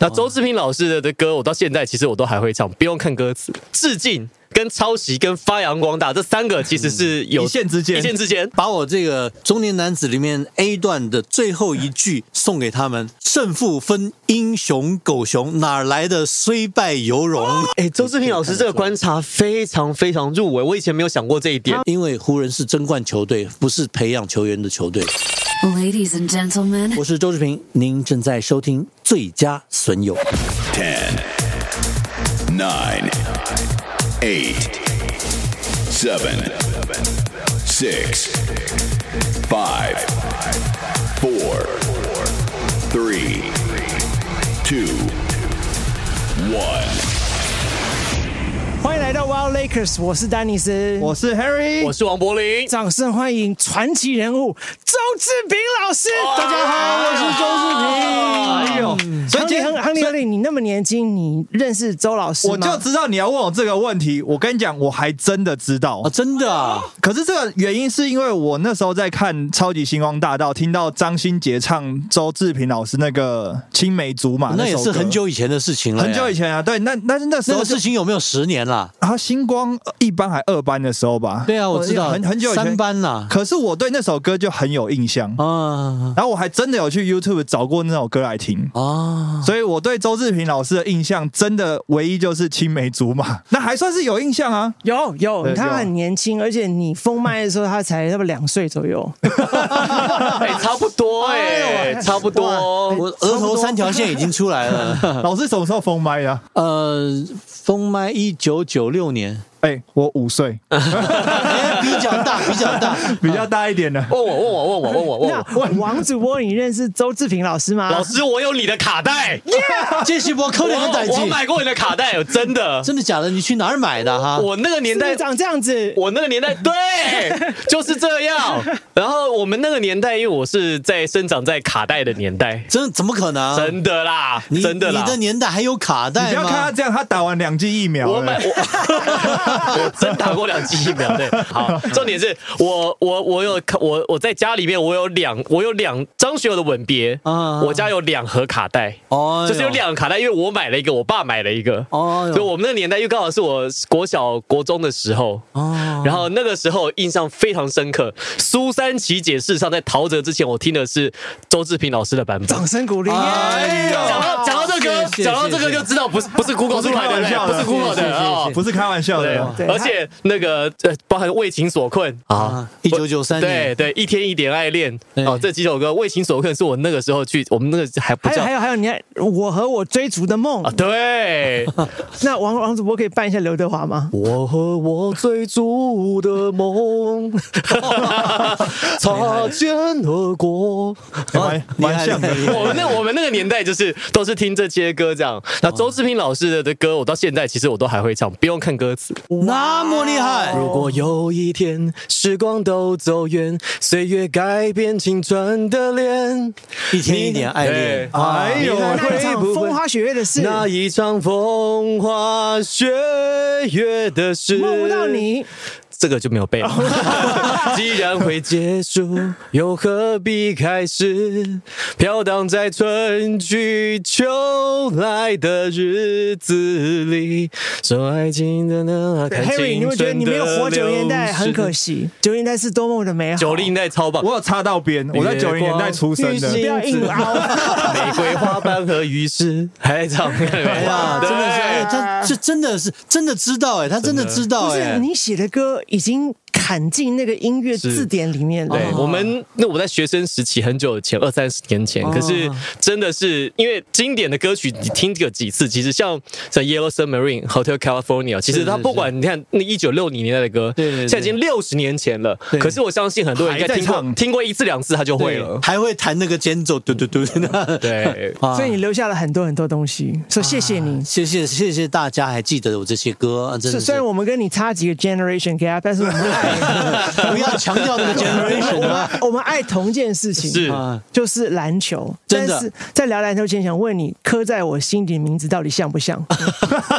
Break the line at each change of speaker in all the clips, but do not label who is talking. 那周志平老师的的歌，我到现在其实我都还会唱，不用看歌词，致敬、跟抄袭、跟发扬光大这三个其实是有
一线之间
一线之间。
把我这个中年男子里面 A 段的最后一句送给他们：胜负分英雄狗熊，哪来的虽败犹荣？
哎，周志平老师这个观察非常非常入围，我以前没有想过这一点。
因为湖人是争冠球队，不是培养球员的球队。
Ladies and gentlemen,
我是周志平，您正在收听《最佳损友》。
10, 9, 8, 7, 6, 5, 4, 3, 2, 1.
欢迎来到 Wild Lakers，我是丹尼斯，
我是 Harry，
我是王柏林，
掌声欢迎传奇人物周志平老师。
哦
大家好，我是周
哎哎呦，所以
志
今
平。
天
亨利，亨利，
所
亨
以
利，你那么年轻，你认识周老师吗？
我就知道你要问我这个问题，我跟你讲，我还真的知道
哦，。真的啊！
可是这个原因是因为我那时候在看《超级星光大道》，听到张新杰唱周志平老师那个《青梅竹马》
哦那也
啊首
是
歌
很久以前的事情了，
很久以。前啊。对，那但是那时
那
候
个
就
事情有没有十年啦？
啊，星光一班还二班的时候吧？
对啊，我知道，
很很久以前
三班啦。
可是我对那首歌就很有印象，
啊
然后我还真的有去 YouTube 找过那首歌来听。
啊！
所以我对周志平老师的印象，真的唯一就是青梅竹马，那还算是有印象啊。
有有，
对
他
有
很年轻，而且你封麦的时候他才差不多两岁左 右。
哎，差不多
哎
哎，
呦
差不多。
我额头三条线已经出来了。
老师什么时候封麦的、啊？
呃，封麦一九九六年，
哎、我五岁，
哎 比较大，比较大。 哦
比较大一点的。
问我，问我，问我，问我，问
那
我。
王主播，你认识周志平老师吗？
哦老师，我有你的卡带，
这是我扣
我
脸的代
我
金，
买过你的卡带，真的。
真的假的？你去哪儿买的哈？
我那个年
是不
代
是长这样子，
我那个年代， 对，就是这样。然后我们那个年代，因为我是在生长在卡带的年代，
真怎么可能？
真的啦，
啊你
真的啦
你。的年代还有卡
你
带
不要看他
吗？
这样，他打完两剂疫苗了。
我买我 我真打过两剂疫苗，对，好，重点是我我我有我我在家里面我有两我有两张学友的吻别，
啊
我家有两盒卡带，
哦
就是有两个卡带，因为我买了一个，我爸买了一个，
哦哟
所以我们那个年代又刚好是我国小国中的时候，
哦
然后那个时候印象非常深刻。苏三起解释上在陶喆之前，我听的是周志平老师的版本。
掌声鼓励。
哎呦
讲到讲到这个
谢，谢
讲到
谢谢
这个就知道不是不是 Google 出来
啊开
的，
玩笑
不
的
是 Google
谢谢
的哦
谢谢。
啊不是啊开玩笑
对
的。，
对
而且那个呃，包含为情所困啊
啊，1993
对
年
对，一天一点爱恋
对
哦，这几首歌，为情所困是我那个时候去，我们那个还不
还有
叫
还有还有，你看我和我追逐的梦
啊，，对，
那王王主播可以扮一下刘德华吗？
我和我追逐的 梦，擦肩而过。
蛮蛮像的。
厉害厉害
我们那我们那个年代就是都是听这些歌这样。那周志平老师的的歌，我到现在其实我都还会唱，不用看歌词。
那么厉害，
如果有一天时光都走远，岁月改变青春的脸，
一天一点爱恋
对，
哎呦，
那
那一场
会不会
风花雪月的事，
那一场风花雪月的事，
梦不到你。
这个就没有背
哦
了。 既然会结束，又何必开始？飘荡在春去秋来的日子里，说爱情的呢，看
Harry，你
青
会觉得
春
你没有活九零年代很可
惜。
惜，九零年代是多么的美好。
九零年代超棒，
我有插到边，我在九零年代出生
月
的
光。
不要硬凹
玫瑰花瓣和鱼翅，还 唱哎
哎呀，真的是，哎，他这真的是真的知道哎，他真的知道
不是
哎，
你写的歌已经砍进那个音乐字典里面了。
对
哦
我们，那我在学生时期很久以前，二三十年前，
哦
可是真的是因为经典的歌曲，你听个几次，其实像像 Yellow Submarine、Hotel California，其实它
是是
不管你看那一九六零年代的歌，
对对
现
对
在已经六十年前了，
对
可是我相信很多人应该听
还在
过
唱
听过一次两次他就会了，
还会弹那个间奏，嘟嘟嘟的。
对。
啊
所以你留下了很多很多东西，说谢谢你。
谢谢谢谢大家还记得我这些歌，啊真
虽
的是
虽然我们跟你差几个 generation gap，但是我们 爱
不要强调那个 generation 啊。
我们爱同一件事情，
是
啊
就是篮球。
真的
但是在聊篮球前，想问你，刻在我心底的名字到底像不像？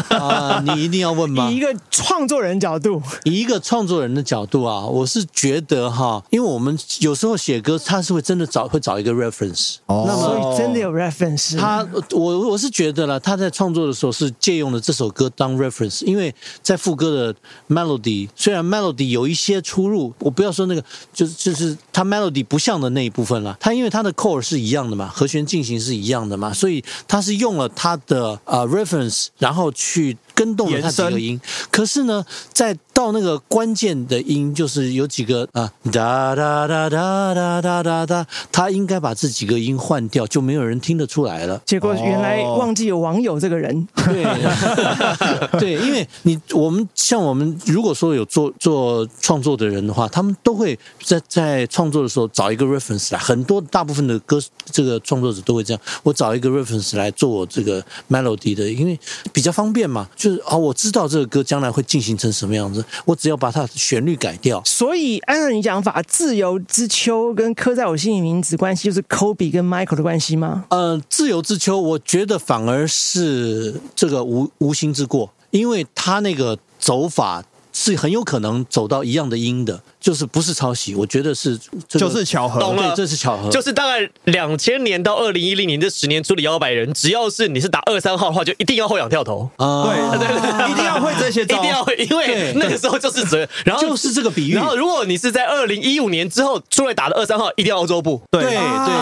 啊，你一定要问吗
以一？个创作人角度，
以一个创作人的角度啊，我是觉得哈，因为我们有时候写歌，他是会真的找会找一个 reference。
哦
那么
所以真的有 reference。
他我我是觉得啦，他在创作的时候是借用了这首歌当 reference，因为在副歌的 melody 虽然 melody 有一些出入，我不要说那个，就是就是他 melody 不像的那一部分啦，他因为他的 core 是一样的嘛，和弦进行是一样的嘛，所以他是用了他的呃 reference，然后去跟动了他几
延
个
伸
音，可是呢，在到那个关键的音，就是有几个啊哒哒哒哒哒哒哒哒，他应该把这几个音换掉，就没有人听得出来了。
结果原来
哦
忘记有网友这个人，
对， 对，因为你我们像我们如果说有做做创作的人的话，他们都会在在创作的时候找一个 reference 来，很多大部分的歌这个创作者都会这样，我找一个 reference 来做我这个 melody 的，因为比较方便嘛，就是啊、我知道这个歌将来会进行成什么样子，我只要把它的旋律改掉。
所以按照你讲法，自由之秋跟刻在我心里名字关系，就是 Kobe 跟 Michael 的关系吗？
呃，自由之秋，我觉得反而是这个无无心之过，因为他那个走法是很有可能走到一样的音的，就是不是抄袭，我觉得是、这个
就是巧合
懂了
对，这是巧合，
就是大概两千年到二零一零年这十年出的摇摆人，只要是你是打二三号的话，就一定要后仰跳投，
啊
对，一定要会这些
一
招，
定要会，因为
对
那个时候就是这，然后
就是这个比喻
然后如果你是在二零一五年之后出来打的二三号，一定要欧洲步，啊
对对
对，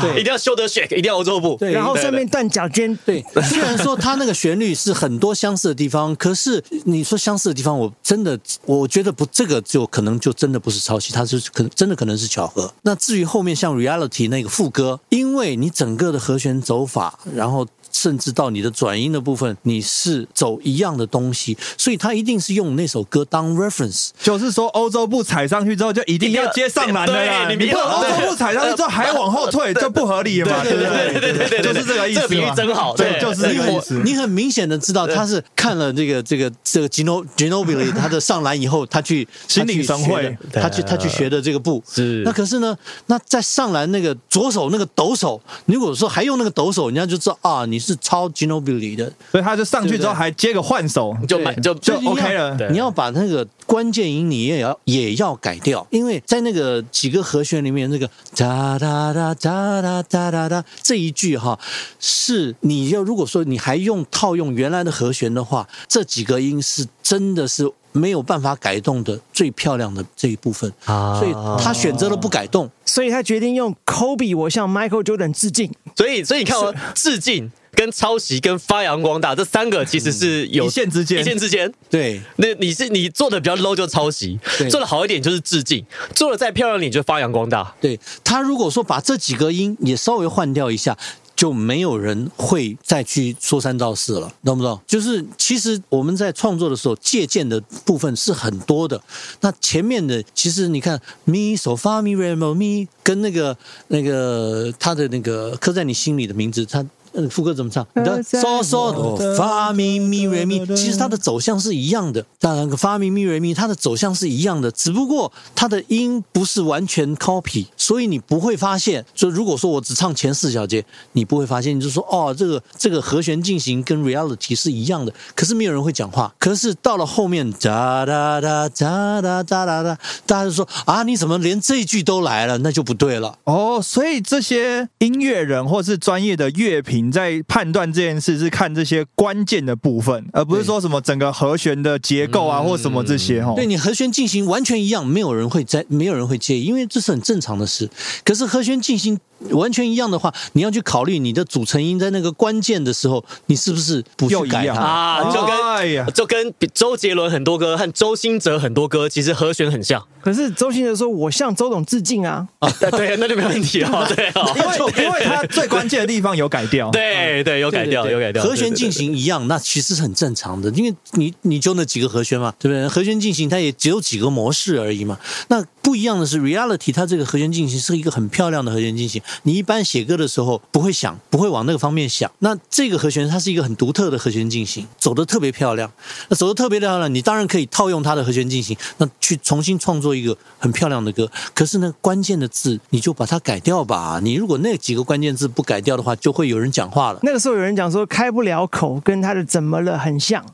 对对，
一定要修德 shake，一定要欧洲步，
对
然后
对
顺便断脚尖，
对，虽然说它那个旋律是很多相似的地方，可是你说相似的地方，我真的我觉得不，这个就可能就真的不是抄袭，它是可能真的可能是巧合。那至于后面像 Reality 那个副歌，因为你整个的和弦走法，然后。甚至到你的转音的部分，你是走一样的东西，所以它一定是用那首歌当 reference，
就是说欧洲步踩上去之后就一定要接上篮的啦，
对
你不能欧
对呃
洲步踩上去之后还往后退，这不合理了嘛，
对
对不
对对对对对对，
就是这个意
这
思
比喻
嘛，
真好，
对，就是这
你
个意
我
思。
你很明显的知道他是看了这个这个这个 Gino Ginobili 他的上篮以后，他去
心领神会，
他去学的他去他去学的这个步
是
那可是呢，那在上篮那个左手那个抖手，如果说还用那个抖手，人家就知道啊，你是抄 Ginobili 的，
所以他就上去之后还接个换手，
就买就
就
你要
OK 了
对
你要把那个关键音你也要也要改掉，因为在那个几个和弦里面，那个哒哒哒哒哒哒哒哒这一句哈，是你要如果说你还用套用原来的和弦的话，这几个音是真的是。没有办法改动的最漂亮的这一部分，
啊
所以他选择了不改动。
所以他决定用 Kobe 我向 Michael Jordan 致敬。
所以，所以你看哦，致敬、跟抄袭、跟发扬光大这三
嗯
个其实是有
一线之间
一线之间。
对，
那你是你做的比较 low 就抄袭
对，
做的好一点就是致敬，做的再漂亮一点就发扬光大。
对他如果说把这几个音也稍微换掉一下，就没有人会再去说三道四了，懂不懂？就是其实我们在创作的时候，借鉴的部分是很多的。那前面的其实你看咪手发咪 re mo 咪，跟那个那个他的那个刻在你心里的名字，他。呃副歌怎么唱？你的嗦嗦哆发咪咪瑞咪，其实它的走向是一样的。当然，发咪咪瑞咪，它的走向是一样的，只不过它的音不是完全 copy，所以你不会发现。就如果说我只唱前四小节，你不会发现，你就说哦，这个这个和弦进行跟 reality 是一样的，可是没有人会讲话。可是到了后面，哒哒哒哒哒哒哒哒，大家就说啊，你怎么连这一句都来了？那就不对了。
哦，所以这些音乐人或是专业的乐评在判断这件事是看这些关键的部分，而不是说什么整个和弦的结构
嗯
啊或什么这些哦。
对你和弦进行完全一样，没有人会在，没有人会介意，因为这是很正常的事。可是和弦进行完全一样的话，你要去考虑你的组成音在那个关键的时候，你是不是不去
又一
改
样
它？
啊，就跟、
哎呀
就跟比周杰伦很多歌和周兴哲很多歌，其实和弦很像。
可是周星哲说：“我向周董致敬啊
啊、对，那就没问题了。 对哦，
因为因为它最关键的地方有改掉，
对对，有改掉，
对对
有改掉。
和
对对
弦
对
进行一样，那其实是很正常的，因为你你就那几个和弦嘛，对不对？和弦进行它也只有几个模式而已嘛。那不一样的是，reality 它这个和弦进行是一个很漂亮的和弦进行。你一般写歌的时候不会想，不会往那个方面想。那这个和弦它是一个很独特的和弦进行，走的特别漂亮。那走的特别漂亮，你当然可以套用它的和弦进行，那去重新创作一个很漂亮的歌。可是呢，关键的字你就把它改掉吧。你如果那几个关键字不改掉的话，就会有人讲话了。
那个时候有人讲说开不了口，跟他的怎么了很像。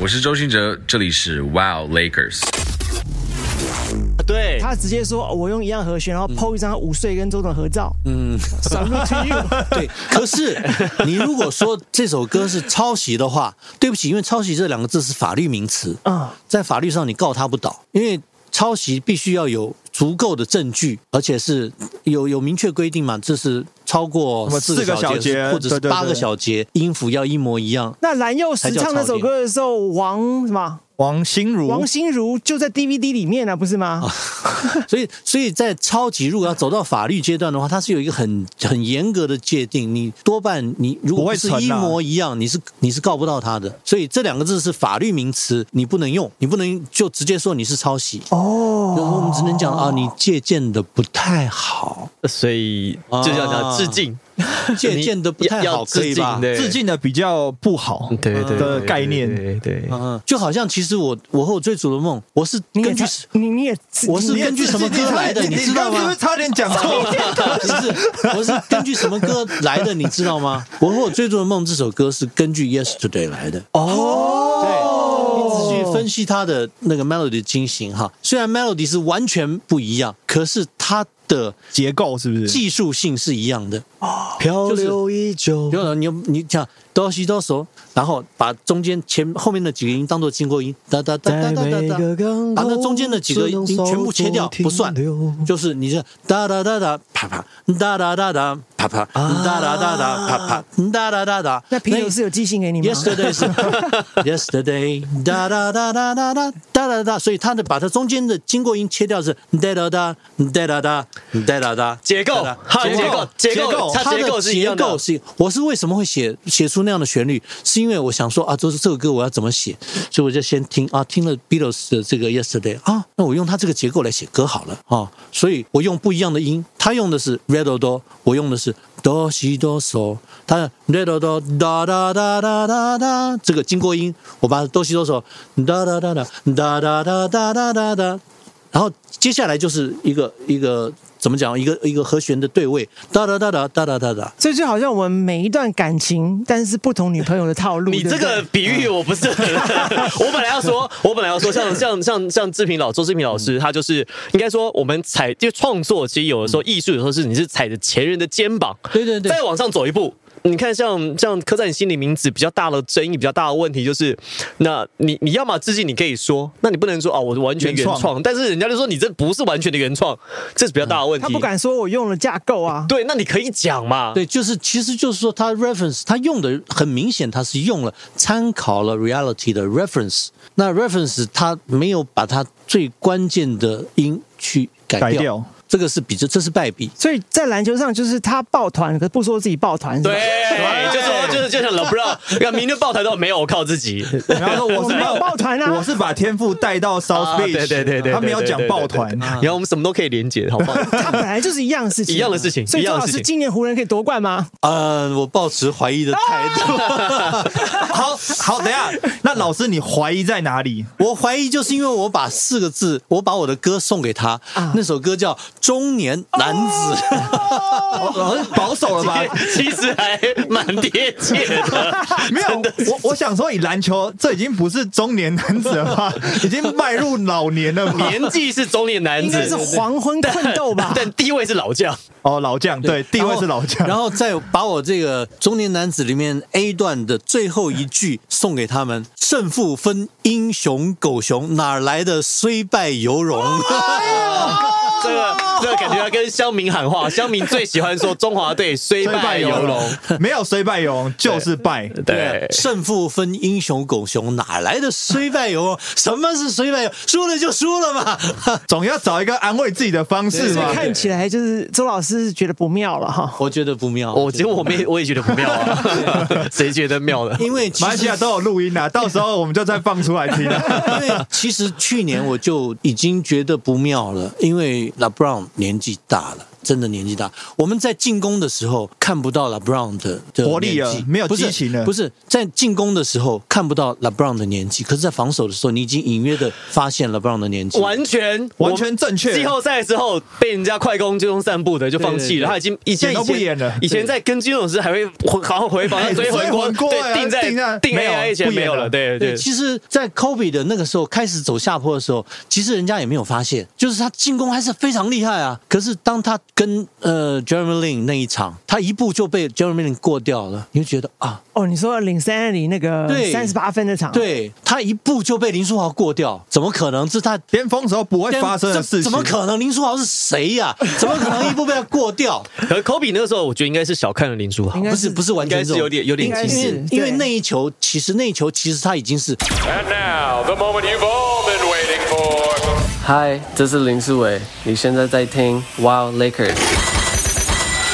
我是周兴哲，这里是 Wow Lakers。
对，
他直接说，哦我用一样和弦，
嗯
然后 PO 一张五岁跟周董的合照。嗯，Salute to you。
对，可是你如果说这首歌是抄袭的话，对不起，因为抄袭这两个字是法律名词，
嗯，
在法律上你告他不倒，因为抄袭必须要有足够的证据，而且是有有明确规定嘛，这是超过
什么
四个
四个
小
小节
或者是
对对对
八个小节，音符要一模一样。
那蓝又时唱那首歌的时候，王什么
王心
哦
如，
王心如就在 DVD 里面啊，不是吗？
所以，所以在超级如果要走到法律阶段的话，它是有一个很很严格的界定。你多半你如果
不
不
会
是
成啊
一模一样，你是你是告不到他的。所以这两个字是法律名词，你不能用，你不能就直接说你是抄袭。
哦，
就是我们只能讲啊，你借鉴的不 太好，
所以
啊
就叫叫致敬，
借鉴的不太
要
好，可以吧？
对
致敬的比较不好，
对对对
的概念
对对对
嗯，就好像其实我我和我追逐的梦，我是
你也
根据
太你你也
我是
你也
根据什么歌来的，你知道
刚刚是不
吗
是？差点讲错？
不是，我是根据什么歌来的，你知道吗？我和我追逐的梦这首歌是根据 Yesterday 来的。哦，对，你仔细分析它的那个 melody 进行哈，虽然 melody 是完全不一样，可是它的
结构是不是？
技术性是一样的。
漂
就是
流依旧
比如说你你讲哆西哆嗦，然后把中间前后面的几个音当做经过音，哒哒哒哒哒哒哒，把那中间的几个音全部切掉不算，就是你这哒哒哒哒啪啪，哒哒哒哒啪啪，哒哒哒哒啪啪，哒哒哒哒。
那啤酒是有寄信给你吗？
Yesterday 是 Yesterday 哒哒哒哒哒哒哒哒哒，所以它的把它中间的经过音切掉是哒哒哒哒哒哒哒哒哒，
结构，它的结构结构，它
它
结构
的
是一
结
样的啊
构。是，我是为什么会写写出那样的旋律，是因为我想说啊，这这首歌我要怎么写，所以我就先听啊，听了 Beatles 的这个 Yesterday 啊，那我用它这个结构来写歌好了啊，所以我用不一样的音，他用的是 r e d o do，我用的是哆西哆嗦，他 r e d o do 哒哒哒哒哒哒，这个经过音，我把哆西哆嗦哒哒哒哒哒哒哒哒哒哒哒。然后接下来就是一个一个怎么讲，一个一个和弦的对位，哒哒哒哒哒哒哒哒。
所以就好像我们每一段感情，但是不同女朋友的套路。
你
对
这
不对
个比喻我不是很，我本来要说，我本来要说像像像像志平老周志平老师，他就是应该说我们踩就创作，其实有的时候艺术有时候是你是踩着前人的肩膀，
对对对
再往上走一步。你看像，像刻在你心里名字比较大的争议、比较大的问题就是，那你你要么致敬，你可以说，那你不能说啊，我是完全原
原创
创，但是人家就说你这不是完全的原创，这是比较大的问题。
嗯他不敢说我用了架构啊。
对，那你可以讲嘛，
对，就是其实就是说，它 reference 它用的很明显，它是用了参考了 reality 的 reference。那 reference 它没有把它最关键的音去改掉，
改掉
这个是比较这是败笔。
所以在篮球上，就是他抱团，可是不说自己抱团。是吧
对，就说就是就像 LeBron，看明天抱团都没有，我靠自己。
然后说我
我
是
没有抱团啊
我是把天赋带到 South
啊
Beach，
对对对对，
他没有讲抱团
对，对对对然后我们什么都可以连接，好棒！
他本来就是一样的事情，
一样的事情
所以
一
周
样的
老
事情
师，今年湖人可以夺冠吗？
嗯、我抱持怀疑的态度。
好好，等一下，那老师你怀疑在哪 里？
我怀疑就是因为我把四个字，我把我的歌送给他，那首歌叫《中年男子》。
老师保守了吧？
其实还蛮贴切的，
没有，我我想说，以篮球这已经不是中年男子了 吧？已经迈入老年了 吧？
年纪是中年男
应
子，？
该是黄昏困斗吧
但地位是老将。
哦，老将，对，地位是老将。
然后再把我这个中年男子里面 A 段的最后一句送给他们：胜负 分英雄狗熊，哪来的虽败犹荣？
这个这个感觉要跟乡民喊 话，乡民最喜欢说中华队虽败犹荣。
没有虽败犹荣，就是败。
对，
胜负分英雄狗熊，哪来的虽败犹荣？什么是虽败犹？荣？输了就输了嘛。
总要找一个安慰自己的方式
所
嘛
以。看起来就是周老师觉得不妙了哈。
我觉得不妙，
我结哦果我们也我也觉得不妙 啊，谁觉得妙的？
因为其
马来西
实
亚都有录音啊，到时候我们就再放出来听。啊
因为其实去年我就已经觉得不妙了，因为 LeBron 年纪大了。真的年纪大，我们在进攻的时候看不到 LeBron 的的
活力了
年纪
没有
不是
激情了
不是在进攻的时候看不到 LeBron 的年纪，可是，在防守的时候，你已经隐约的发现 LeBron 的年纪。
完全
完全正确
季后赛之后被人家快攻进攻散步的就放弃
对对对
了，他已经以前
演都不
以前
演了
以前在跟金勇师还会回好好回防，
哎
他追回
追回过
对，
哎
定
定在
在定
没有
AI 以前
不演
没有
了
了，对
对，
对。
其实，在 Kobe 的那个时候开始走下坡的时候，其实人家也没有发现，就是他进攻还是非常厉害啊。可是当他跟呃 Jeremy Lin 那一场，他一步就被 Jeremy Lin 过掉了，你就觉得啊，
哦，你说领三二零那个
对
三十八分的场，，
对他一步就被林书豪过掉，怎么可能？这是他
巅峰时候不会发生的事情，
怎么可能？林书豪是谁呀、怎么可能一步被他过掉？
可是 Kobe 那个时候，我觉得应该是小看了林书豪
应，该
不
是
是不是完
应
全
该
这
是
种
有点有点
应该
近
是
视。
因为因为
对
那一球，其实那一球其实他已经是
And now, the moment you've all been waiting for.
嗨，这是林书伟，你现在在听 Wild Lakers。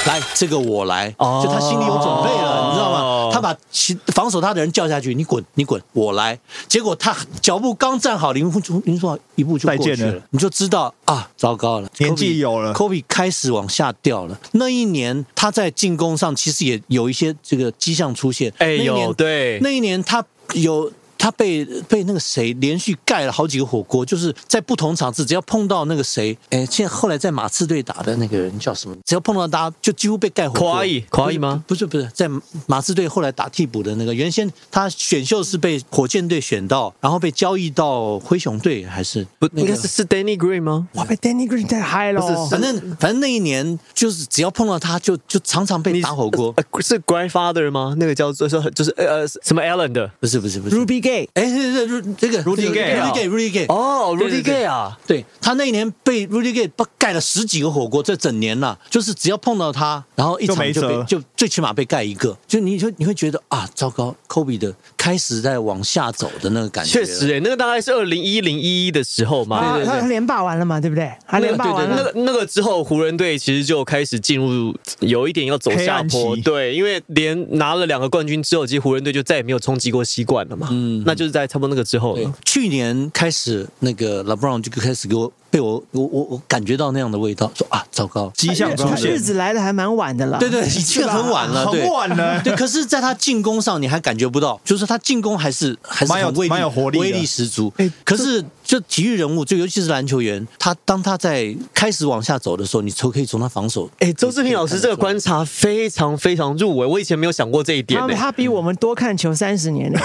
来，这个我来，
哦
就他心里有准备了，你知道吗？他把其防守他的人叫下去，你滚，你滚，我来。结果他脚步刚站好，林书林书豪一步就过
再
去
见
了，
了
你就知道啊，糟糕了，
年纪有了
Kobe 开始往下掉了。那一年他在进攻上其实也有一些这个迹象出现，
哎
那一年
有对
那一年他有。他被被那个谁连续盖了好几个火锅，就是在不同场次，只要碰到那个谁，哎，现在后来在马刺队打的那个人叫什么？只要碰到他，就几乎被盖火锅。
夸伊夸伊吗
不是不是，在马刺队后来打替补的那个，原先他选秀是被火箭队选到，然后被交易到灰熊队，还是
不，
那个
应该是是 Danny Green 吗？
哇，被 Danny Green 太嗨了哦，
反正反正那一年就是只要碰到他就就常常被打火锅。
呃是 Grandfather 吗？那个叫做说就是呃呃什么 Allen 的？
不是不是不是，
Ruby Gay
哎，这这这个
Rudy Gay 啊
Rudy Gay，Rudy Gay，
哦
对对
，Rudy
对
Gay 啊，
对他那一年被 Rudy Gay 盖了十几个火锅，这整年呐、就是只要碰到他，然后一
就没
场就
辙
被就最起码被盖一个，就你就你会觉得啊，糟糕，Kobe 的开始在往下走的那个感觉。
确实，诶，那个大概是二零一零一一的时候嘛。
啊，他连霸完了嘛，对不对？他连霸完
那
了
个，那个之后，湖人队其实就开始进入呃有一点要走下
黑暗
坡，
期
对，因为连拿了两个冠军之后，其实湖人队就再也没有冲击过西冠了嘛。嗯，那就是在差不多那个之后
对
了。，
去年开始那个 LeBron 就开始给我被我我我我感觉到那样的味道，说啊，糟糕，
迹象出
他
现
日，子来的还蛮晚的了，
对对，已经很晚了，对
很。晚了。
对，可是，在他进攻上，你还感觉不到，就是他进攻还是还是
蛮有
很威力
蛮有活力的
威力十足。
哎
可是，就体育人物，就尤其是篮球员，他当他在开始往下走的时候，你从可以从他防守，
哎，周志平老师这个 观察非常非常入围，我以前没有想过这一点哎
他
呢。
他比我们多看球三十年呢，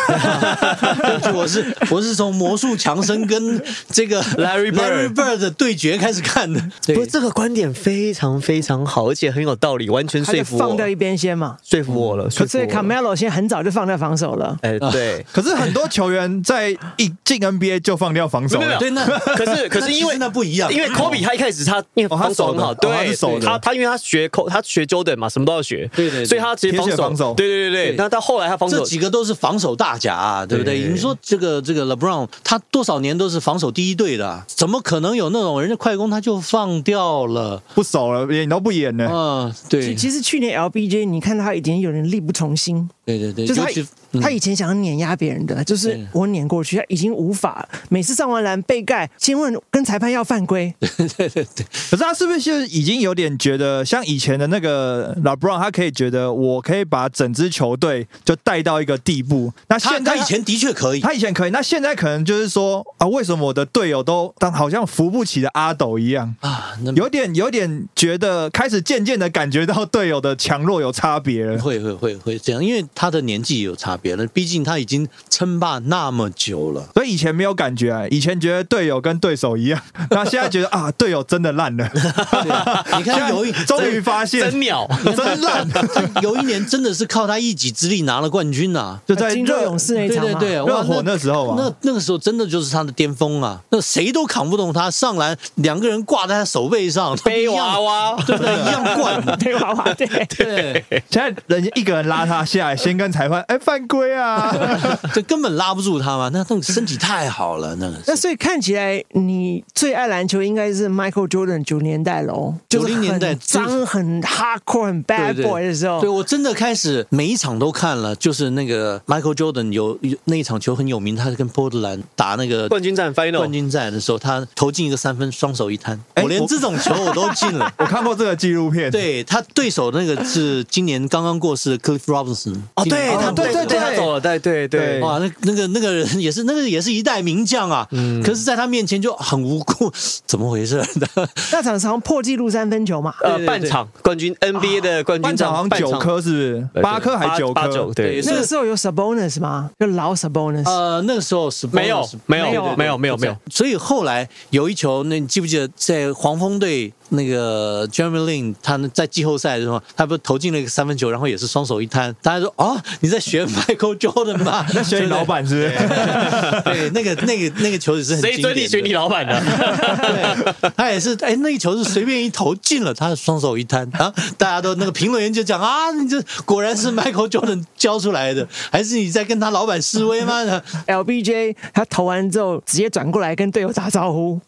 就我是我是从魔术强森跟这个
Larry Bird
Larry Bird 的对决开始看的。对
不，这个观点非常非常好，而且很有道理，完全
他就
说服我
放，掉嗯一边先嘛。
说服我了。说服
所以
我了
Carmelo 现在很早就放在防守了，
哎，对。
可是很多球员在一进 NBA 就放掉防守
没有没
了
有，
对那啊
可是可
那
是
其
因为
实那不一样
因为 Kobe 他一开始他因为
哦他
防守很好，
守的嗯哦他
对
是守的，
他他因为他学 Ko 他学 Jordan 嘛，什么都要学，
对对对
所以他其实防
铁血防守
守，对对对对，那到后来他防
这
守
几个都是防守大家、啊，对不对？
对
你说这个这个 LeBron，他多少年都是防守第一队的啊、怎么可能有那种人家快攻他就放掉了？
不守了，演都不演了。
嗯，对
其，其实去年 LBJ 你看他已经有点力不从心，
对对对，
就是
尤
他
其
以、他以前想要碾压别人的，就是我碾过去，他已经无法每次上完篮被盖，先问跟裁判要犯规，
可是他是不是已经有点觉得，像以前的那个 LeBron，他可以觉得我可以把整支球队就带到一个地步。那
他
现在
他以前的确可以，
他以前可以，那现在可能就是说啊，为什么我的队友都当好像扶不起的阿斗一样？
啊，那
有点有点觉得开始渐渐的感觉到队友的强弱有差别了。
会会会会这样，因为他的年纪也有差别了，毕竟他已经称霸那么久了。
所以以前没有感觉啊，以前觉得队友跟对手一 样，那现在觉得啊，队友真的烂了。
你看有一
现在终于发现
真 鸟，
真烂
他有一年真的是靠他一己之力拿了冠军啊呐、
就在
金州
热
勇士那一
对
场
对
嘛
对，
热
哇
火那时候啊
那那个时候真的就是他的巅峰啊！那谁都扛不动他，上篮两个人挂在他手背上，
背娃
娃，
娃，
对不对？一样灌 的，
对娃娃对，
对，
现在人家一个人拉他下来，先跟裁判哎犯规 啊，
这根本拉不住他嘛！那那个身体太好了，那 个
那所以看起来你最爱篮球应该是 Michael Jordan 九年代喽，就是
90
很
年代
脏、很 hardcore、很 bad
对对
boy 的时候
对，我真的开始每一场都看了，就是那个 Michael Jordan 有有那一场球很有名，他是跟波特兰打那个
冠军哦战 final
冠军战的时候，他投进一个三分，双手一摊，
哎
我连
我。
这种球我都进 了
我看过这个纪录片，，
对他对手那个是今年刚刚过世的 Cliff Robinson
哦，对，他
他
对对对，他走了，对对哦对
对，
哇，那那个那个人 也是那个也是一代名将啊，可是在他面前就很无辜， 怎么回事？
那场常破纪录三分球嘛，
呃
对，对
半场冠军 NBA 的冠军
啊半场
战，
好像
半
九
场
颗是不
对
是？八颗还
八
是九
八
颗？
对，
那个时候有 Sabonis 吗？有老 Sabonis，、
呃，那个时候是
没有没有没有没有没有，
所以后来有一球，那你记不记得在黄蜂队那个 Jeremy Lin 他们在季后赛的时候，他不是投进了一个三分球，然后也是双手一摊，大家说哦，你在学 Michael Jordan 吗？
那学你老板是不是？
对，那个那个那个球也是很
谁
经
追
典
你
的
学你老板啊的？
对，他也是，哎，那一球是随便一投进了，他双手一摊，然后大家都那个评论员就讲啊，你这果然是 Michael Jordan 教出来的，还是你在跟他老板示威吗？
LBJ 他投完之后直接转过来跟队友打招呼，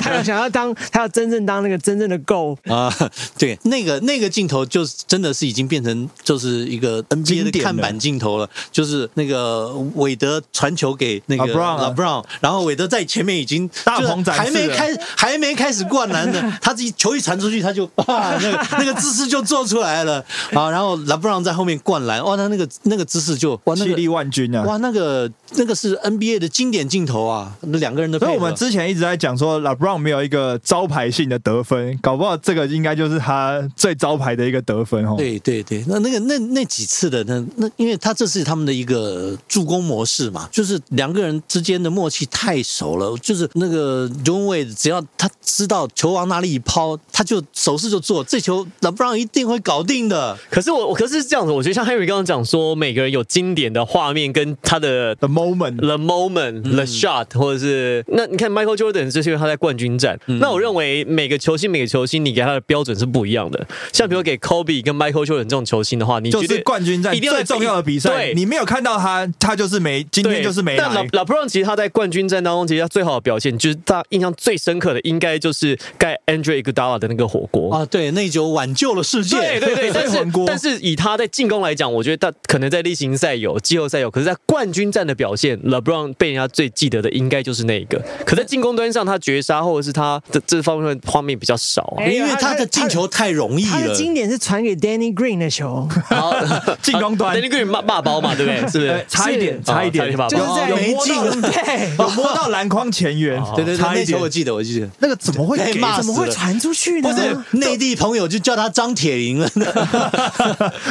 他要想要当他要真正当那个真正的 GO，
啊，对，那个那个镜头就是真的是已经变成就是一个 NBA
经
的
典了
看板镜头了，就是那个韦德传球给那个
LeBron 啊
LeBron，然后韦德在前面已经
大鹏
就是还
展
没
翅了
开还没开始灌篮 呢，他自己球一传出去他就啊那个那个姿势就做出来了啊，然后 LeBron 在后面灌篮，哇，他那个那个姿势就哇那
气力
个
万钧啊！
哇那个那个是 NBA 的经典镜头啊，那两个人的配
所
合，
以我们之前一直在讲说，LeBron 没有一个招牌性的得分，搞不好这个应该就是他最招牌的一个得分哦。
对对对，那那个那那几次的那那，因为他这是他们的一个助攻模式嘛，就是两个人之间的默契太熟了，就是那个 John Wade 只要他知道球往哪里一抛，他就手势就做，这球 LeBron 一定会搞定的。
可是我我可是这样子，我觉得像 Henry 刚刚讲说，每个人有经典的画面跟他的
，The moment，
The moment, the
嗯
shot，、或者是那你看 Michael Jordan，就是因为他在冠军战。
嗯
那我认为每个球星每个球星，你给他的标准是不一样的。像比如给 Kobe 跟 Michael Jordan 这种球星的话，你
嗯就
绝
是
对
冠军战
一定要
最重要的比赛，
对
你没有看到他，他就是没今
对
天就是没
但老
来。
老 b r o n 其实他在冠军战当中，其实他最好的表现，就是他印象最深刻的，应该就是盖 Andre Iguodala 的那个火锅。
啊，对，那一球挽救了世界。
对对 对，但
所以
是
很锅
但是以他在进攻来讲，我觉得他可能在例行赛有、季后赛有，可是在冠军战的表现，LeBron 被人家最记得的应该就是那一个。可在进攻端上，他绝杀或者是他的这方面画面比较少啊。
哎
因为他的进球太容易
他的
了。
经典是传给 Danny Green 的球，
然后
进攻端
d a n n y Green 骂骂包嘛，对不对？是不
呃
是？
差一点，差一
哦
点，
差一点
就
有
是在
有没
摸到
进
对，
有哦摸到篮筐前缘，
哦
对对对，
差
那
一
球
点
我。记得，我记得。
那个怎么会
被
给？
骂
怎么会传出去
不
呢？
是内地朋友就叫他张铁林了呢。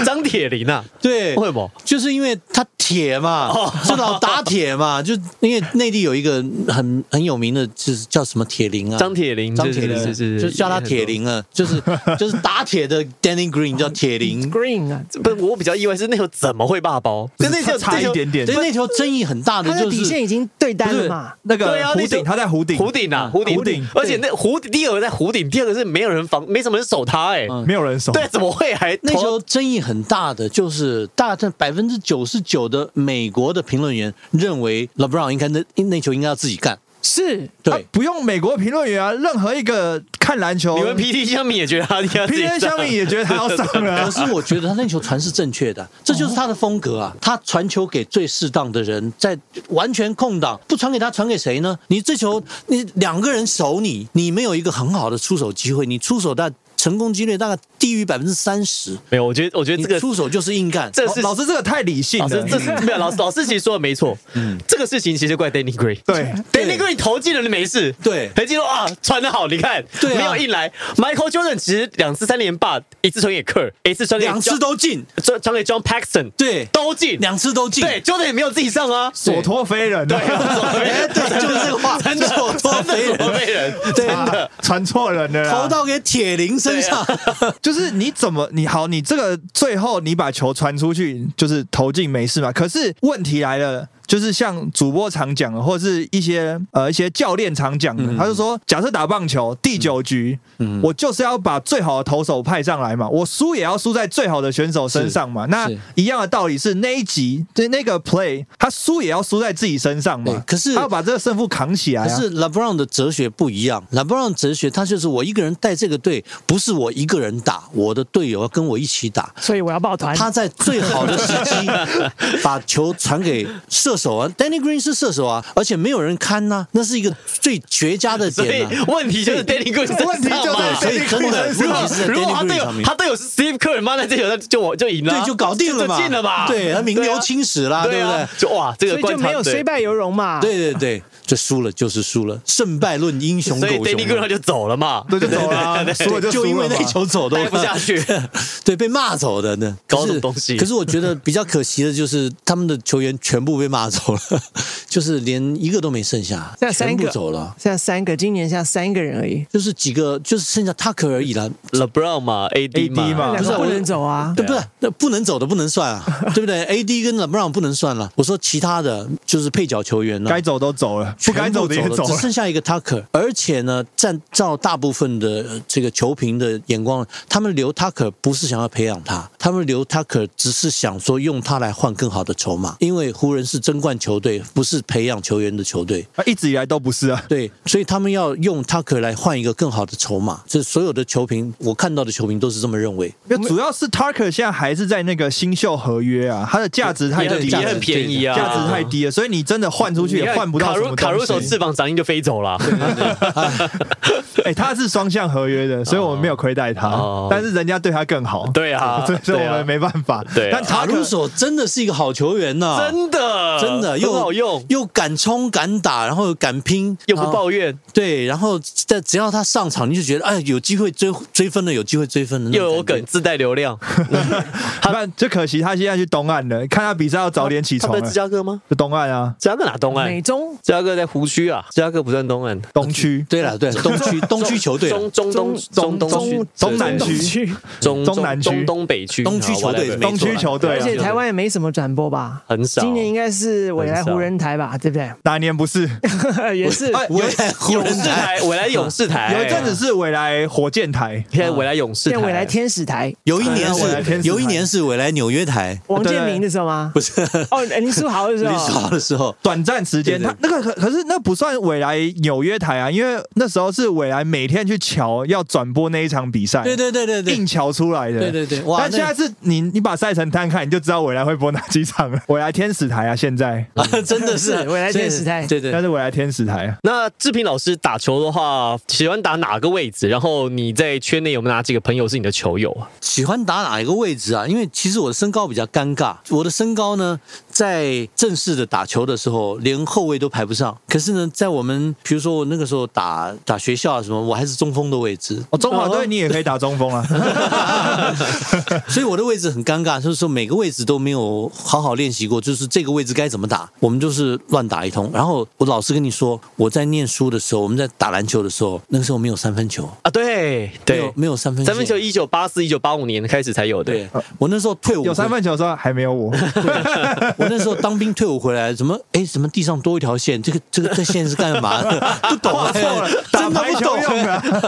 张铁林啊，
对，
为什么？
就是因为他铁嘛，是老打铁嘛， 就因为内地有一个很很有名的，就是叫什么铁林啊，
张铁林
张铁林，
是是是是
就叫他铁林啊，就是就是打铁的 Danny Green 叫铁 林。
Green 啊，
不是，我比较意外是那时候怎么会骂包？
真的就差一点点。
对，那条争议很大的
他的
就
底线
是。
已经对
不
单了
是
嘛。
那个
对啊，
弧
那时
顶，
候
他在弧顶，嗯
弧顶啊，弧顶，
弧顶
而且那弧第一个在弧顶，第二个是没有人防，没什么人守他，哎，
没有人守。
对，怎么会还
那时
投
候争议很大的，就是大概百分之九十九的美国的评论员认为 LeBron 应该那那球应该要自己干，
是
啊
对，
不用美国评论员啊，任何一个看篮球，
你们 PT 香米也觉得他应该
嗯 P
自己
N
上
香米也觉得他要上了啊
可。是我觉得他那球传是正确
哦
的，这就是他的风格啊。他传球给最适当的人，在完全空档，不传给他，传给谁呢？你这球，你两个人守你，你没有一个很好的出手机会，你出手但。成功几率大概低于百分之三十。
没有，我觉得我觉得
你
这个
出手就是硬干，
这是
老师这个太理性
老
了
师，，这是没有老师老师其实说的没错，这个事情其实怪 Danny Green。
对
Danny Green 投进了就没事，
对
投进了啊，传的好，你看，
对啊
没有硬来。Michael Jordan 其实两次三连霸，一次传给 Kerr，一次传给
两次
John-
都进，
传传给 John Paxson，
对
都进，
两次都进，
对 Jordan 也没有自己上啊，
所托非人 啊，
哎，对，就是这个话，
真的
手托
真的
肥
是我
人，
被人，真
对
的。
传错人了啦，
投到给铁林身上，
啊
就是你怎么你好，你这个最后你把球传出去，就是投进没事嘛。可是问题来了。就是像主播常讲的，或是一些呃一些教练常讲的，
嗯
他就说，假设打棒球第九局，我就是要把最好的投手派上来嘛，我输也要输在最好的选手身上嘛。那
是
一样的道理是那一集对那个 play，他输也要输在自己身上嘛
对。可是
他要把这个胜负扛起来、啊。
可是 LeBron 的哲学不一样，LeBron 哲学他就是我一个人带这个队，不是我一个人打，我的队友要跟我一起打。
所以我要抱团。
他在最好的时 机把球传给射手啊，Danny Green 是射手啊，而且没有人看呐、那是一个最绝佳的
所以
点、啊。
问题就是 Danny Green 身上嘛
问题就在
所以真的，
如果
问题是在
如果
Danny
他
Green
队
上
友
面，
他队友是 Steve Kerr，妈的，这球他就我就赢了啊，
对，就搞定了嘛，
就进了嘛，
对，他名留青史啦，
对
对不对
啊？，就哇，这
所
个
以就
观察
没有
对
虽败犹荣嘛。
对对对，就输了就是输了，胜败论英雄
所
狗
以
熊啊
Danny Green 他
嘛。
就走了嘛，
对，就走了啊、输 了
对，
输
就
了
因为那
嘛
一球走都
待不下去，
对，被骂走的呢，
搞
可是
什么东西
可是我觉得比较可惜的就是他们的球员全部被骂走了， 就是连一个都没剩下，
现在三
全部
个
走了，
现在三个，今年现在三个人而已，
就是几个，就是剩下 Tucker 而已了。
LeBron 嘛，AD 嘛
AD 嘛
两
不是
个
啊
不
我
能走啊。
对不对？那不能走的不能算啊，对不对？AD 跟 LeBron 不能算了。我说其他的就是配角球员呢，啊
该走都走了，不该走的也
全部
嗯走啊
只
了。
剩下一个 Tucker，而且呢，占照大部分的呃这个球评的眼光，他们留 Tucker 不是想要培养他，他们留 Tucker 只是想说用他来换更好的筹码，因为湖人是争冠球队，不是培养球员的球队。
啊，一直以来都不是啊。
对，所以他们要用 Tucker 来换一个更好的筹码。这所有的球评，我看到的球评都是这么认为。
那主要是 Tucker 现在还是在那个新秀合约啊，它的价值太
也很
低
也
了，
很便宜啊，
价值太。低了，所以你真的换出去也换不到
卡
什
入
么
卡入手
东
翅
西。
膀长音就飞走了，
哎，他是双向合约的，所以我们没有亏待
哦
他，但是人家对他更好。
对啊
所以 所以
对啊
我们没办法。
对啊
但
塔鲁
Tucker
索真的是一个好球员呐、
真的
真的又
又好用，
又敢冲敢打，然后敢拼，
又不
然后
抱怨，
对，然后但只要他上场，你就觉得哎，有机会追追分了，有机会追分了，那种
又有
感
梗，
觉。
自带流量。
那就可惜他现在去东岸了，看他比赛要早点起
啊他
床啊
不在
了
芝。加哥吗？
就东岸啊，
芝加哥哪东岸？
美
芝
中
加哥在湖区啊，芝加哥不算东岸，
东区。
对了，对啦，东区东区
啊
球队啦，
中中东
中
东
中
区
中南
对对对
区
中
中南区
中东北区、啊
东区球队
whatever
没错
东区球队
而
啊
且，台湾也没什么转播吧，
很少
今年应该是未来湖人台吧，对不
哪年不是？
对？ 也是。
我哎也湖
勇
人
士
台
台，未来勇士台，
有一阵子是未来火箭台，
现在未来勇士
现在
台，
未来天使台，
有一年
哎我来天
是
使台
有一年是我来纽约台，
王建民的时候吗？
不是
哦，林书豪的时
绿
候
潮。的时候，
短暂时间，
对对
他那个可可是那不算未来纽约台啊，因为那时候是未来每天去瞧要转播那一场比赛，
对对对对
哎硬
对，
瞧出来的，
对对对哇
但现在是你你把赛程摊开，你就知道未来会播哪几场 了。未来天使台啊，现在
啊真的 是
是我来天使台
对对哦
但
对。
是未来天使台啊，
那志平老师打球的话，喜欢打哪个位置？然后你在圈内有没有哪几个朋友是你的球友啊？
喜欢打哪一个位置啊？因为其实我的身高比较尴尬，我的身高呢，在正式的打球的时候，连后卫都排不上。可是呢，在我们比如说我那个时候打打学校啊什么，我还是中锋的位置，
哦，中华队你也可以打中 锋啊，
所以我的位置很尴尬，就是说每个位置都没有好好练习过，就是这个位置该怎么打，我们就是乱打一通。然后我老师跟你说，我在念书的时候，我们在打篮球的时候，那个时候没有三分球，
啊，对
没有
对，
没有三分线
三分球，一九八四、一九八五年开始才有的。
对我那时候退伍
有三分球的时候还没有我，
我那时候当兵退伍回来，怎么哎，怎么地上多一条线？这个这个这线是干 嘛的？不懂哎、
打
真的
排
不
球
懂
用
哎、
的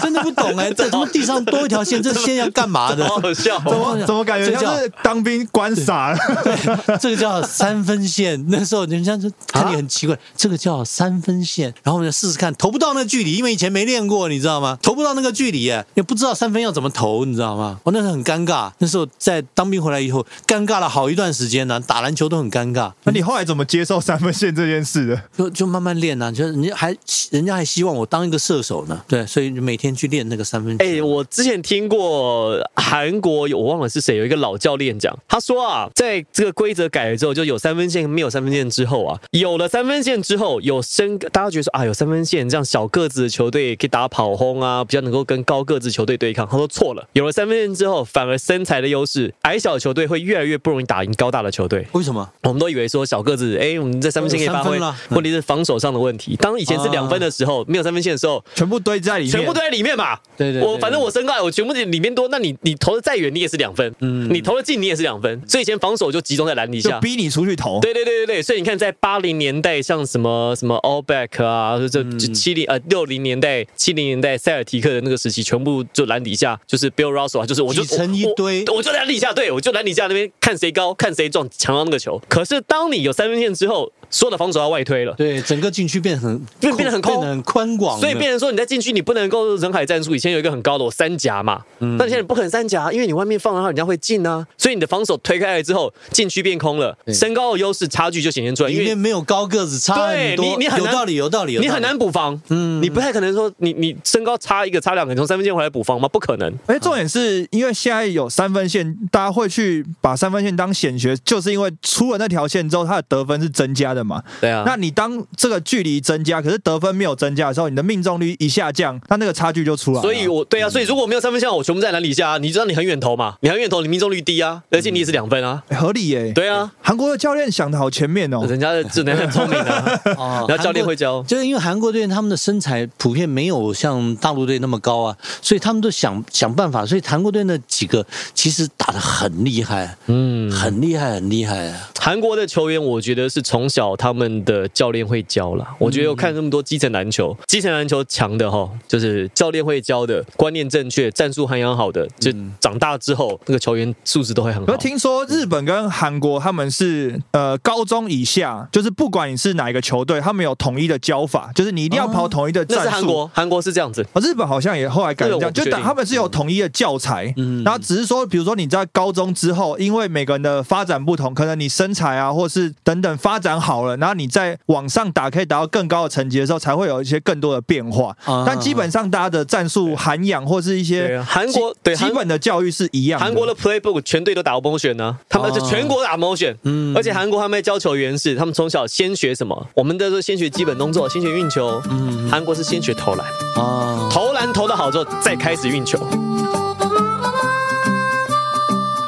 真的不懂哎、这他妈地上多一条线，这线要干嘛的？
好好笑哦
怎么怎么感觉
这叫
像是当兵关傻了？
这个叫三分线。那时候人家就看你很奇怪，这个叫三分线。然后我们就试试看，投不到那个距离，因为以前没练过，你知道吗？投不到那个距离，哎也不知道三分要怎么投，你知道吗？哦我那时候很尴尬。那时候在当兵回来以后，尴尬了好一段时间呢、打篮球都很尴尬。
那你后来怎么接受三分线这件事的？
就就慢慢练呐、啊，就是人家还人家还希望我当一个
个射手呢？对，所以你每天去练那个三分球。
哎、我之前听过韩国有我忘了是谁有一个老教练讲，他说啊，在这个规则改了之后，就有三分线没有三分线之后啊，有了三分线之后，有身大家觉得说啊，有三分线这样小个子的球队可以打跑轰啊，比较能够跟高个子球队对抗。他说错了，有了三分线之后，反而身材的优势，矮小的球队会越来越不容易打赢高大的球队。
为什么？
我们都以为说小个子，哎、我们在三分线可以发
哦有三分
挥
了，嗯
问题是防守上的问题。当以前是两分的时候，没有三分线的时候，
全部堆在里面，
全部都在里面嘛。
对对对
我反正我身高矮，我全部在里面多。那你你投的再远，你也是两分；嗯，你投的近，你也是两分。所以以前防守就集中在篮底
就
下。
逼你出去投。
对对对对对，所以你看，在八零年代，像什么什么 All Back 啊，就这
嗯
七零呃六零年代、七零年代塞尔提克的那个时期，全部就篮底下，就是 Bill Russell 啊，就是我就
挤成一
我我
堆
我就在篮底下，对我就篮底下那边看谁高，看谁撞，抢到那个球。可是当你有三分线之后，所有的防守要外推了。
对，整个禁区变很
变变得很空
变得很宽广，
所以变成说你在禁区你不能够人海战术。以前有一个很高的我三夹嘛，
嗯
但现在你不可能三啊夹，因为你外面放的话人家会进啊，所以你的防守推开来之后，禁区变空了，身高的优势差距就显现出来，因
里面
为。
没有高个子差
对
很多，
你你很
有
难
道理，有道理，有道理
你很难补防，嗯，你不太可能说你你身高差一个差两个，你从三分线回来补防吗？不可能，
而且哎重点是因为现在有三分线，大家会去把三分线当显学，就是因为出了那条线之后，它的得分是增加的嘛。
对啊
那你当这个距离增加，可是得分没有增加的时候，你的命中率一下降，那那个差距就出来了。
所以我对
嗯
啊，所以如果没有三分线，我全部在篮底下啊，你知道你很远投嘛，你很远投，你命中率低啊，而且你也是两分啊，
欸合理耶、
对 啊，
韩国的教练想的好前面哦、
人家的智能很聪明啊，
哦
然后教练会教
韩国就是因为韩国队他们的身材普遍没有像大陆队那么高啊，所以他们都想想办法，所以韩国队那几个其实打得很厉害，嗯，很厉害，很厉害啊。
韩国的球员，我觉得是从小他们的教练会教
嗯
啦。我觉得我看这么多基层篮球，基层篮球强的哈，就是教练会教的，观念正确，战术涵养好的，就长大之后那个球员素质都会很
嗯可
好
是。听说日本跟韩国他们是呃高中以下，就是不管你是哪一个球队，他们有统一的教法，就是你一定要跑统一的
哦那
战
是
术。
韩国，韩国是这样子，
哦，日本好像也后来改成这
日本我
样，
不确
就
定嗯
打他们是有统一的教材，然后只是说，比如说你在高中之后，因为每个人的发展不同，可能你身材啊，或是等等发展好了，然后你在往上打，可以达到更高的层级的时候，才会有一些更多的变化
啊。
但基本上大家的战术涵养或是一
对
些
啊韩国
基
对韩
基本的教育是一样。
韩国的 playbook 全队都打 motion 呢、啊他们
哦
就
啊
全国打 motion，、而
嗯
且韩国他们在教球员是他们从小先学什么？我们的时候先学基本动作，先学运球，
嗯
韩国是先学投篮，
哦，
投篮投得好之后再开始运球。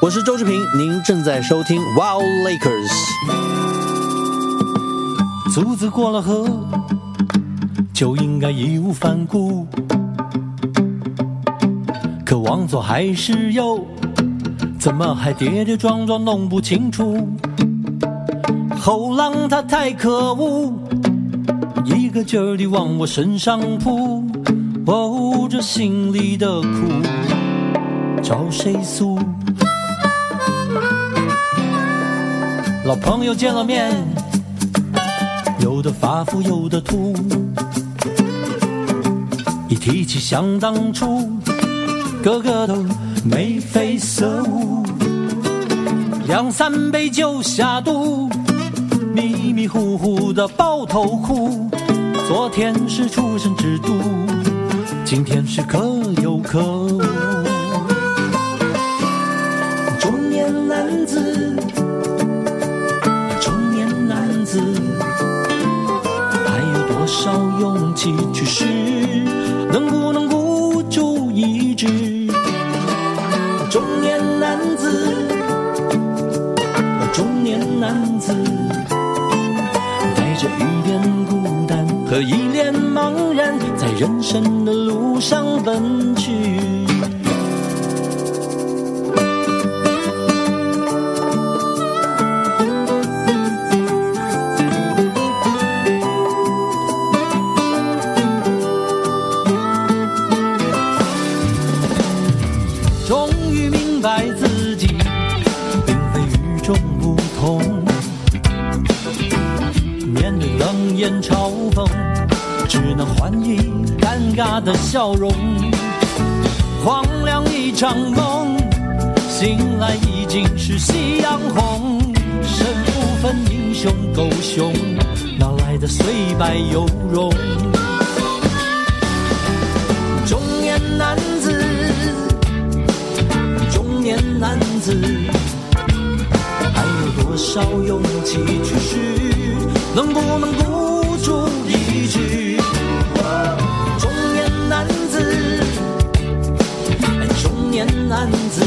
我是周志平，您正在收听 Wow Lakers。
竹子过了河，就应该义无反顾。可往左还是右，怎么还跌跌撞撞弄不清楚？后浪它太可恶，一个劲儿地往我身上扑。哦，这心里的苦，找谁诉？老朋友见了面。有的发福，有的秃。一提起想当初，个个都眉飞色舞，两三杯就下肚，迷迷糊糊的抱头哭。昨天是出生之都，今天是可有可无。中年男子，中年男子。还有多少勇气去试？能不能孤注一掷？中年男子，中年男子，带着一点孤单和一脸茫然，在人生的路上奔去。终于明白自己并非与众不同。面对冷眼嘲讽，只能还以尴尬的笑容。荒凉一场梦，醒来已经是夕阳红。身无分英雄狗熊，哪来的虽败犹荣？中年男子，中年男子，还有多少勇气去续？能不能鼓出一句？中年男子，哎中年男子，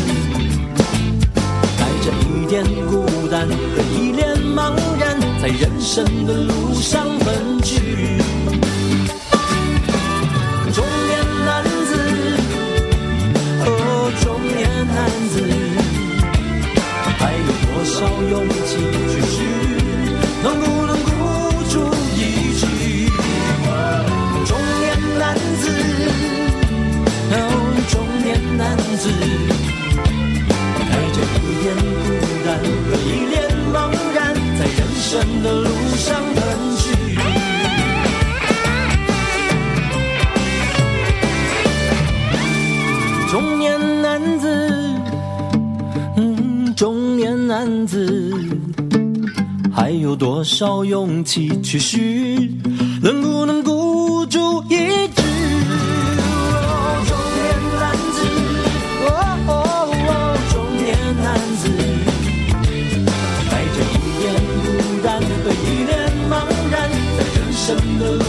带着一点孤单和一脸茫然，在人生的路上奔去。中年男子，哦，中年男子，还有多少勇气去续？能不能鼓出一句？中年男子，哦，中年男子，带着一点孤单和一脸茫然，在人生的路上奔去。中年男子，嗯，中年男子，还有多少勇气去续？能不能孤注一掷？哦中年男子，哦哦哦，中年男子，带着一点孤单和一脸茫然，在人生的路